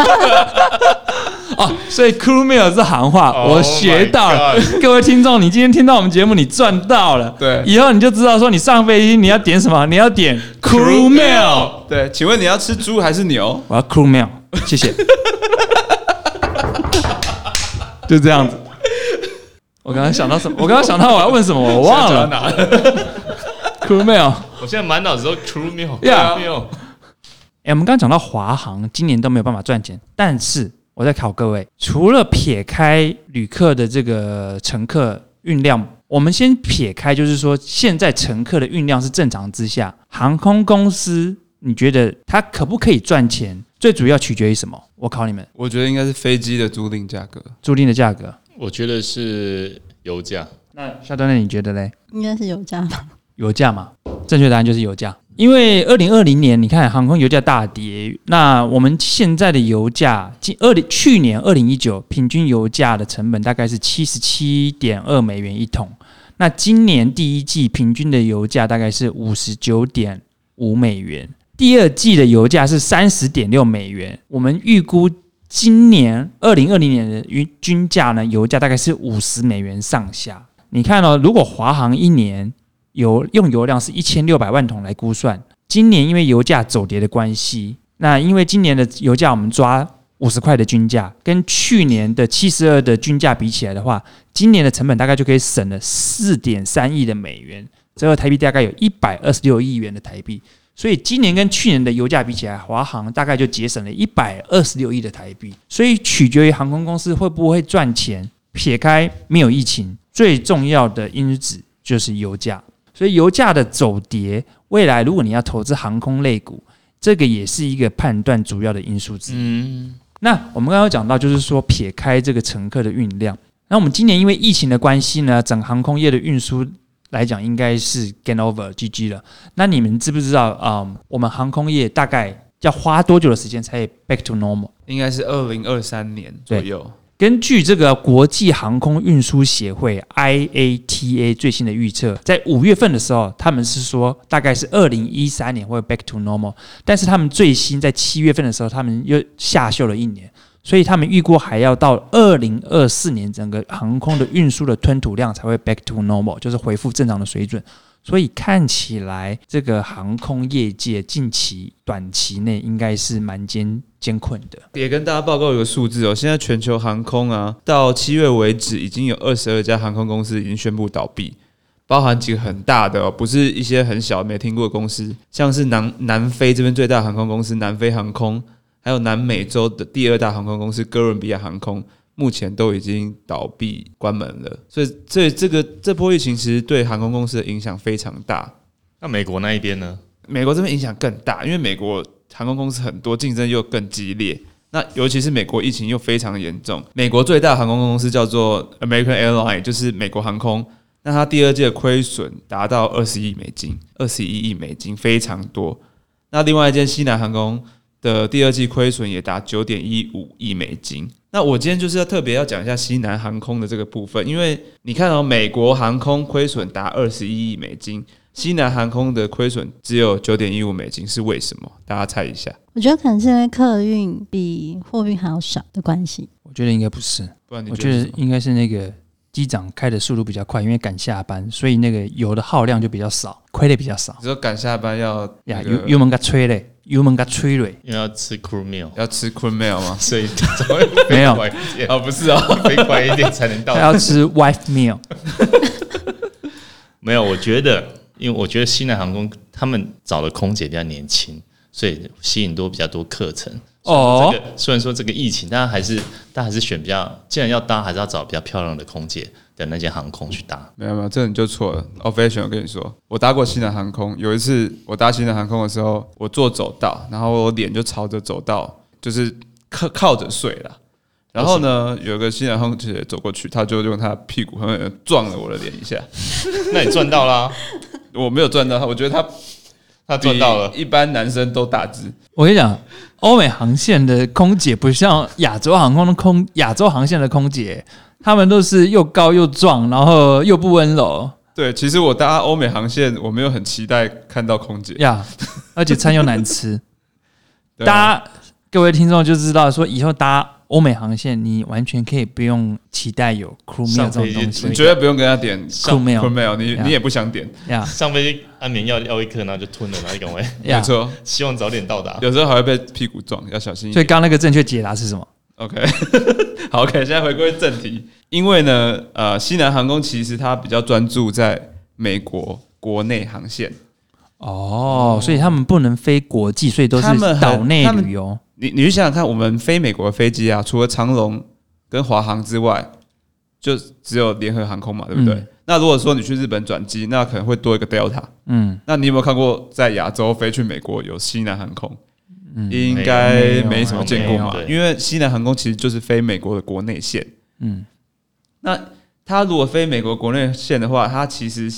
Speaker 1: 哦，所以 cool meal 是行话，
Speaker 2: Oh
Speaker 1: 我学到了
Speaker 2: my。
Speaker 1: 各位听众，你今天听到我们节目，你赚到了。
Speaker 3: 对
Speaker 1: 以后你就知道说你上飞机你要点什么，你要点 cool meal。
Speaker 3: 对，请问你要吃猪还是牛？
Speaker 1: 我要 cool meal，谢谢。就这样子。我刚刚想到什么？我刚刚想到我要问什么，我忘
Speaker 3: 想
Speaker 1: 了
Speaker 3: 要。拿了
Speaker 1: Cool meal。
Speaker 2: 我现在满脑子都 Cool meal.
Speaker 1: Yeah.
Speaker 2: Cool meal.
Speaker 1: 哎、我们刚刚讲到华航今年都没有办法赚钱，但是我在考各位，除了撇开旅客的这个乘客运量，我们先撇开，就是说现在乘客的运量是正常之下，航空公司你觉得它可不可以赚钱？最主要取决于什么？我考你们，
Speaker 3: 我觉得应该是飞机的租赁价格，
Speaker 1: 租赁的价格。
Speaker 2: 我觉得是油价。
Speaker 1: 那夏端，那你觉得嘞？
Speaker 5: 应该是有加吧？
Speaker 1: 油价嘛，正确答案就是油价。因为二零二零年，你看航空油价大跌，那我们现在的油价，近二零去年二零一九平均油价的成本大概是七十七点二美元一桶，那今年第一季平均的油价大概是五十九点五美元，第二季的油价是三十点六美元，我们预估。今年二零二零年的均均价呢，油价大概是五十美元上下。你看哦，如果华航一年油用油量是一千六百万桶来估算。今年因为油价走跌的关系，那因为今年的油价我们抓五十块的均价，跟去年的七十二的均价比起来的话，今年的成本大概就可以省了四点三亿的美元，折合台币大概有一百二十六亿元的台币。所以今年跟去年的油价比起来，华航大概就节省了一百二十六亿的台币。所以取决于航空公司会不会赚钱。撇开没有疫情，最重要的因子就是油价。所以油价的走跌，未来如果你要投资航空类股，这个也是一个判断主要的因素之一。
Speaker 2: 嗯，
Speaker 1: 那我们刚刚有讲到，就是说撇开这个乘客的运量，那我们今年因为疫情的关系呢，整航空业的运输来讲应该是 game over GG 了。那你们知不知道，嗯，我们航空业大概要花多久的时间才可以 back to normal？
Speaker 3: 应该是二零二三年左右。
Speaker 1: 根据这个国际航空运输协会 IATA 最新的预测，在五月份的时候，他们是说大概是二零一三年会 back to normal，但是他们最新在七月份的时候，他们又下修了一年，所以他们预估还要到二零二四年，整个航空的运输的吞吐量才会 back to normal，就是恢复正常的水准。所以看起来，这个航空业界近期短期内应该是蛮艰艰困的。
Speaker 3: 也跟大家报告一个数字哦，现在全球航空啊，到七月为止，已经有二十二家航空公司已经宣布倒闭，包含几个很大的、哦，不是一些很小没听过的公司，像是南南非这边最大的航空公司南非航空，还有南美洲的第二大航空公司哥伦比亚航空，目前都已经倒闭关门了。所以这这个这波疫情其实对航空公司的影响非常大，
Speaker 2: 那美国那一边呢？
Speaker 3: 美国这边影响更大，因为美国航空公司很多，竞争又更激烈。那尤其是美国疫情又非常严重，美国最大的航空公司叫做 American Airline，就是美国航空。那它第二季的亏损达到二十亿美金，二十一亿美金非常多。那另外一间西南航空的第二季亏损也达九点一五亿美金。那我今天就是要特别要讲一下西南航空的这个部分，因为你看哦，美国航空亏损达二十一亿美金，西南航空的亏损只有九点一五美金，是为什么？大家猜一下，
Speaker 5: 我觉得可能是因为客运比货运还要少的关系。
Speaker 1: 我觉得应该不是。
Speaker 3: 不然你
Speaker 1: 我
Speaker 3: 觉
Speaker 1: 觉
Speaker 3: 得
Speaker 1: 得
Speaker 3: 是什么？
Speaker 1: 应该是那个机长开的速度比较快，因为赶下班，所以那个油的耗量就比较少，亏的比较少
Speaker 3: 你说赶下班要
Speaker 1: 呀。
Speaker 3: 那个
Speaker 1: 油油门给吹嘞，
Speaker 3: (laughs)
Speaker 1: 油门给吹嘞，
Speaker 2: 因为要吃 Cool meal，？
Speaker 3: 要吃 Queen Meal 吗
Speaker 2: 所以才会飞
Speaker 1: 没有
Speaker 2: 快一点，
Speaker 3: 哦啊，不是啊， (laughs)
Speaker 2: 飞快一点才能到
Speaker 1: 他。要吃 wife meal。
Speaker 2: 没有，我觉得，因为我觉得西南航空他们找的空姐比较年轻，所以吸引多比较多课程。
Speaker 1: 哦
Speaker 2: 这个虽然说这个疫情，但还是但还是选比较，既然要搭，还是要找比较漂亮的空姐的那间航空去搭。
Speaker 3: 没有没有，这你就错了。Ovation，我跟你说，我搭过西南航空，有一次我搭西南航空的时候，我坐走道，然后我脸就朝着走道，就是靠靠着睡了。然后呢，有个西南航空姐姐走过去，她就用她的屁股狠狠地撞了我的脸一下，
Speaker 2: (laughs) 那你赚到啦、
Speaker 3: 我没有赚到她，我觉得她
Speaker 2: 他
Speaker 3: 比
Speaker 2: 赚到了。
Speaker 3: 一般男生都大只。
Speaker 1: 我跟你讲，欧美航线的空姐不像亚洲航空的空，亚洲航线的空姐，他们都是又高又壮，然后又不温柔
Speaker 3: 对，其实我搭欧美航线，我没有很期待看到空姐。
Speaker 1: 呀而且餐又难吃。
Speaker 3: 对啊
Speaker 1: 大家各位听众就知道，说以后搭欧美航线，你完全可以不用期待有 crew meal
Speaker 2: 上
Speaker 1: 这
Speaker 2: 飞
Speaker 1: 种
Speaker 2: 机
Speaker 1: 东
Speaker 2: 吃
Speaker 1: 西
Speaker 3: 你绝对不用跟她点
Speaker 1: crew meal
Speaker 3: 没有，你你也不想点，
Speaker 1: 呀
Speaker 2: 上飞机安眠药要一颗，然后就吞了，然后就赶快，
Speaker 3: 没
Speaker 1: 呀。
Speaker 3: 错，
Speaker 2: (laughs) 希望早点到达。
Speaker 3: 有时候还会被屁股撞，要小心一
Speaker 1: 所以
Speaker 3: 点。
Speaker 1: 刚刚那个正确解答是什么？
Speaker 3: OK，好，OK，现在 (laughs) 回归正题，因为呢，呃，西南航空其实它比较专注在美国国内航线，
Speaker 1: 哦，所以他们不能飞国际，所以都
Speaker 3: 他们
Speaker 1: 是
Speaker 3: 很
Speaker 1: 岛内
Speaker 3: 他们
Speaker 1: 旅游。
Speaker 3: 你你去想想看，我们飞美国的飞机啊，除了长龙跟华航之外，就只有联合航空嘛，对不对？
Speaker 1: 嗯
Speaker 3: 那如果说你去日本转机，那可能会多一个 Delta。
Speaker 1: 嗯，
Speaker 3: 那你有没有看过在亚洲飞去美国有西南航空？
Speaker 1: 嗯
Speaker 3: 应该
Speaker 1: 没
Speaker 3: 没
Speaker 1: 有
Speaker 3: 什么见过嘛
Speaker 2: 没有，对
Speaker 3: 因为西南航空其实就是飞美国的国内线。
Speaker 1: 嗯，
Speaker 3: 那它如果飞美国国内线的话，它其实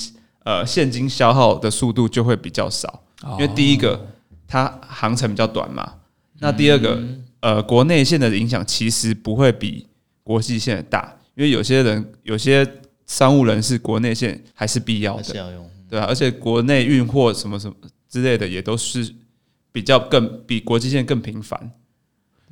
Speaker 3: 呃现金消耗的速度就会比较少，
Speaker 2: 哦
Speaker 3: 因为第一个它航程比较短嘛。
Speaker 2: 嗯
Speaker 3: 那第二个、呃国内线的影响其实不会比国际线的大，因为有些人有些商务人士国内线还是必要
Speaker 2: 还
Speaker 3: 的
Speaker 2: 是，要用，
Speaker 3: 对啊，而且国内运货什么什么之类的也都是比较更比国际线更频繁。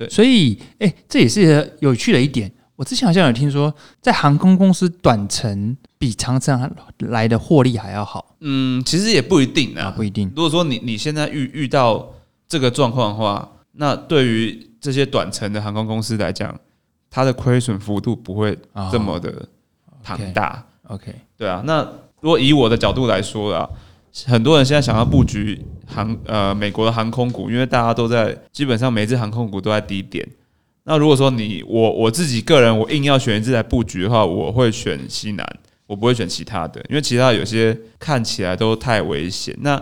Speaker 1: 所以，哎、这也是有趣的一点。我之前好像有听说，在航空公司短程比长程来的获利还要好
Speaker 3: 嗯，其实也不一定
Speaker 1: 啊，
Speaker 3: 啊。
Speaker 1: 不一定。
Speaker 3: 如果说你你现在遇遇到这个状况的话，那对于这些短程的航空公司来讲，它的亏损幅度不会
Speaker 1: 哦
Speaker 3: 这么的庞大。
Speaker 1: OK，
Speaker 3: 对啊，那如果以我的角度来说啦，很多人现在想要布局航呃美国的航空股，因为大家都在基本上每只航空股都在低点。那如果说你我我自己个人，我硬要选一只来布局的话，我会选西南，我不会选其他的，因为其他有些看起来都太危险。那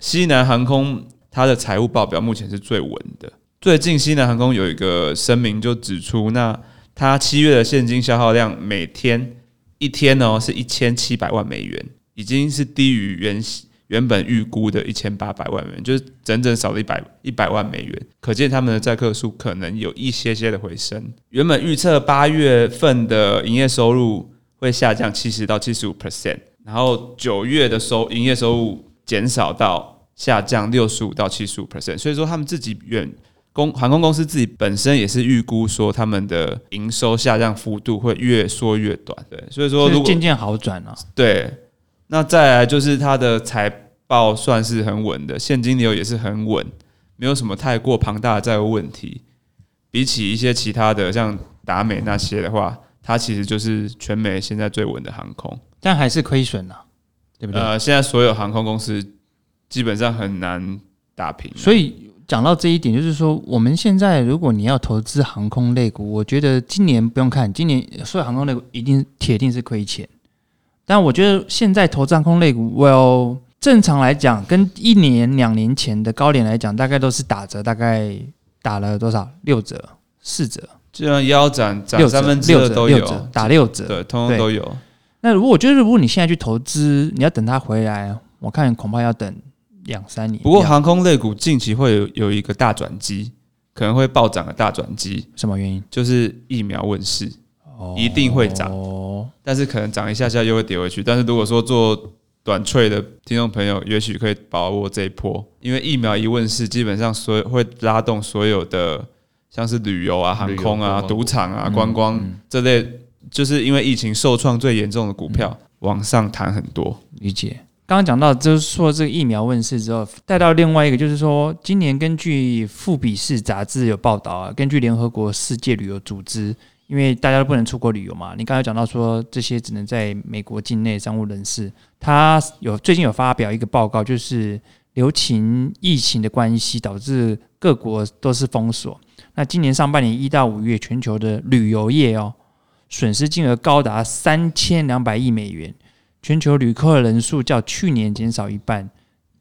Speaker 3: 西南航空它的财务报表目前是最稳的。最近西南航空有一个声明就指出，那它七月的现金消耗量每天一天哦是一千七百万美元，已经是低于原原本预估的一千八百万美元，就是整整少了一百一百万美元，可见他们的载客数可能有一些些的回升。原本预测八月份的营业收入会下降七十到七十五 percent，然后九月的收营业收入减少到下降六十五到七十五 percent，所以说他们自己远公航空公司自己本身也是预估说他们的营收下降幅度会越缩越短，对，所以说
Speaker 1: 就
Speaker 3: 如
Speaker 1: 是
Speaker 3: 果
Speaker 1: 渐渐好转啊了、
Speaker 3: 对，那再来就是它的财报算是很稳的，现金流也是很稳，没有什么太过庞大的债务问题。比起一些其他的像达美那些的话，它其实就是全美现在最稳的航空。
Speaker 1: 但还是亏损了、啊对不对？
Speaker 3: 呃，现在所有航空公司基本上很难打平啊、
Speaker 1: 所以讲到这一点，就是说，我们现在如果你要投资航空类股，我觉得今年不用看，今年所有航空类股一定铁定是亏钱。但我觉得现在投资航空类股，well，正常来讲，跟一年、两年前的高点来讲，大概都是打折，大概打了多少？六折、四折、
Speaker 3: 就像腰斩
Speaker 1: 六
Speaker 3: 斩
Speaker 1: 折、
Speaker 3: 三分之
Speaker 1: 六
Speaker 3: 二
Speaker 1: 折、
Speaker 3: 都
Speaker 1: 六折
Speaker 3: 有，，啊
Speaker 1: 打六折。
Speaker 3: 对，通通都有。
Speaker 1: 那如果我觉得，如果你现在去投资，你要等它回来，我看恐怕要等两三年。
Speaker 3: 不过航空类股近期会有有一个大转机，可能会暴涨的大转机。
Speaker 1: 什么原因？
Speaker 3: 就是疫苗问世，一定会涨
Speaker 1: 哦
Speaker 3: 但是可能涨一下下又会跌回去。但是如果说做短脆的听众朋友，也许可以把握这一波，因为疫苗一问世，基本上所有会拉动所有的像是旅游啊、航
Speaker 2: 旅游
Speaker 3: 空
Speaker 2: 观
Speaker 3: 啊、
Speaker 2: 光嗯
Speaker 3: 赌场啊、观光这类，就是因为疫情受创最严重的股票
Speaker 2: 嗯
Speaker 3: 往上弹很多。
Speaker 1: 理解。刚刚讲到，就是说这个疫苗问世之后，带到另外一个，就是说今年根据《富比士》杂志有报道啊，根据联合国世界旅游组织因为大家都不能出国旅游嘛。你刚才讲到说这些只能在美国境内商务人士，他有最近有发表一个报告，就是流行疫情的关系导致各国都是封锁。那今年上半年一到五月，全球的旅游业哦，损失金额高达三千两百亿美元，全球旅客人数较去年减少一半，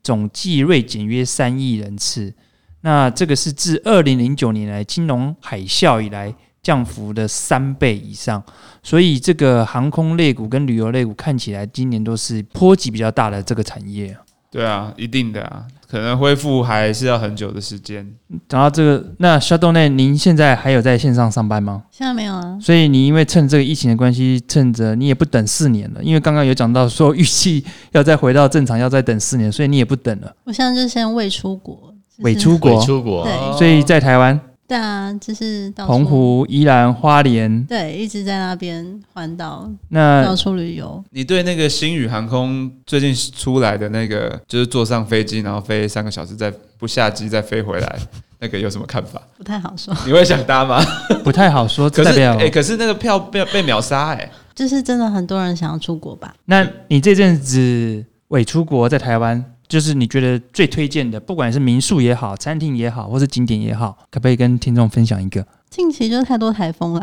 Speaker 1: 总计锐减约三亿人次。那这个是自二零零九年来金融海啸以来降幅的三倍以上，所以这个航空类股跟旅游类股看起来今年都是波及比较大的这个产业。
Speaker 3: 对啊，一定的啊，可能恢复还是要很久的时间。
Speaker 1: 讲到这个，那 Shadow 内，您现在还有在线上上班吗？
Speaker 5: 现在没有啊，
Speaker 1: 所以你因为趁这个疫情的关系，趁着你也不等四年了，因为刚刚有讲到说预计要再回到正常要再等四年，所以你也不等了，
Speaker 5: 我现在就先未出国，就是
Speaker 1: 伪出
Speaker 2: 鬼
Speaker 1: 国，
Speaker 2: 出国啊
Speaker 5: 对
Speaker 3: 哦
Speaker 1: 所以在台湾、
Speaker 5: 对啊，就是到处
Speaker 1: 澎，湖、宜兰、花莲，
Speaker 5: 对，一直在那边环岛，
Speaker 1: 那
Speaker 5: 到处旅游。
Speaker 3: 你对那个星宇航空最近出来的那个，就是坐上飞机然后飞三个小时再不下机再飞回来， (laughs) 那个有什么看法？
Speaker 5: 不太好说， (laughs)
Speaker 3: 你会想搭吗？
Speaker 1: 不太好说，
Speaker 3: 可
Speaker 1: 代
Speaker 3: 是
Speaker 1: 表
Speaker 3: 哎、可是那个票被被秒杀哎、
Speaker 5: 就是真的很多人想要出国吧？
Speaker 1: 那你这阵子伪出国在台湾，就是你觉得最推荐的，不管是民宿也好、餐厅也好，或是景点也好，可不可以跟听众分享一个？
Speaker 5: 近期就是太多台风了，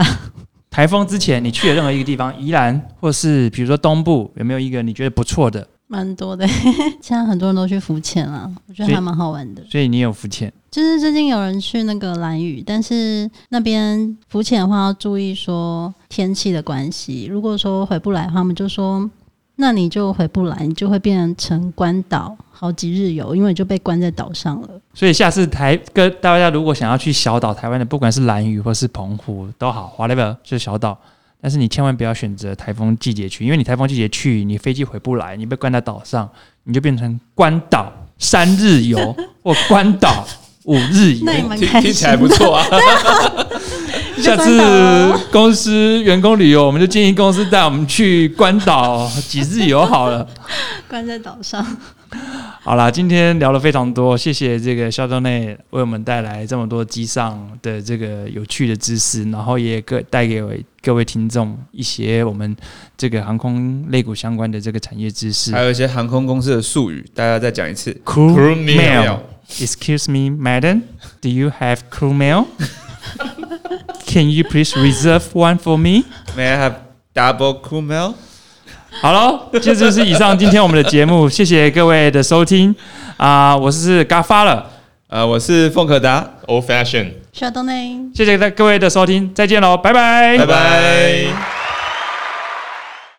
Speaker 1: 台风之前，你去的任何一个地方，宜兰或是比如说东部，有没有一个你觉得不错的？
Speaker 5: 蛮多的。 (laughs) 现在很多人都去浮潜了，我觉
Speaker 1: 所
Speaker 5: 得
Speaker 1: 以
Speaker 5: 还蛮好玩的。
Speaker 1: 所以你有浮潜，
Speaker 5: 就是最近有人去那个蓝屿，但是那边浮潜的话要注意说天气的关系。如果说回不来的话，我们就说那你就回不来，你就会变成关岛好几日游，因为你就被关在岛上了。
Speaker 1: 所以下次台跟大家如果想要去小岛台湾的，不管是兰屿或是澎湖都好，whatever 就是小岛。但是你千万不要选择台风季节去，因为你台风季节去，你飞机回不来，你被关在岛上，你就变成关岛三日游或关岛五日游
Speaker 3: (laughs)
Speaker 5: 那。你蛮
Speaker 3: 听
Speaker 5: 开
Speaker 3: 听
Speaker 5: 心
Speaker 3: 起来
Speaker 5: 的
Speaker 3: 不。错啊。 (laughs)
Speaker 1: 下次公司员工旅游，我们就建议公司带我们去关岛几日游好了。
Speaker 5: 关在岛 (laughs) 上，
Speaker 1: 好啦，今天聊了非常多，谢谢这个肖周内为我们带来这么多机上的这个有趣的知识，然后也各带给各位听众一些我们这个航空类股相关的这个产业知识。
Speaker 3: 还有一些航空公司的术语，大家再讲一次。
Speaker 1: Crew
Speaker 2: Crew mail
Speaker 1: Excuse me, madam, do you have crew
Speaker 3: (laughs)
Speaker 1: mail? Can you please reserve one for me?
Speaker 3: May I have double cool mail？
Speaker 1: 好喽，这就是以上今天我们的节目，谢谢各位的收听啊、我是嘎发了，
Speaker 3: 呃，我是凤可达，
Speaker 2: ，old fashion。
Speaker 5: 小东内。
Speaker 1: 谢谢各位的收听，再见喽，拜拜
Speaker 3: 拜拜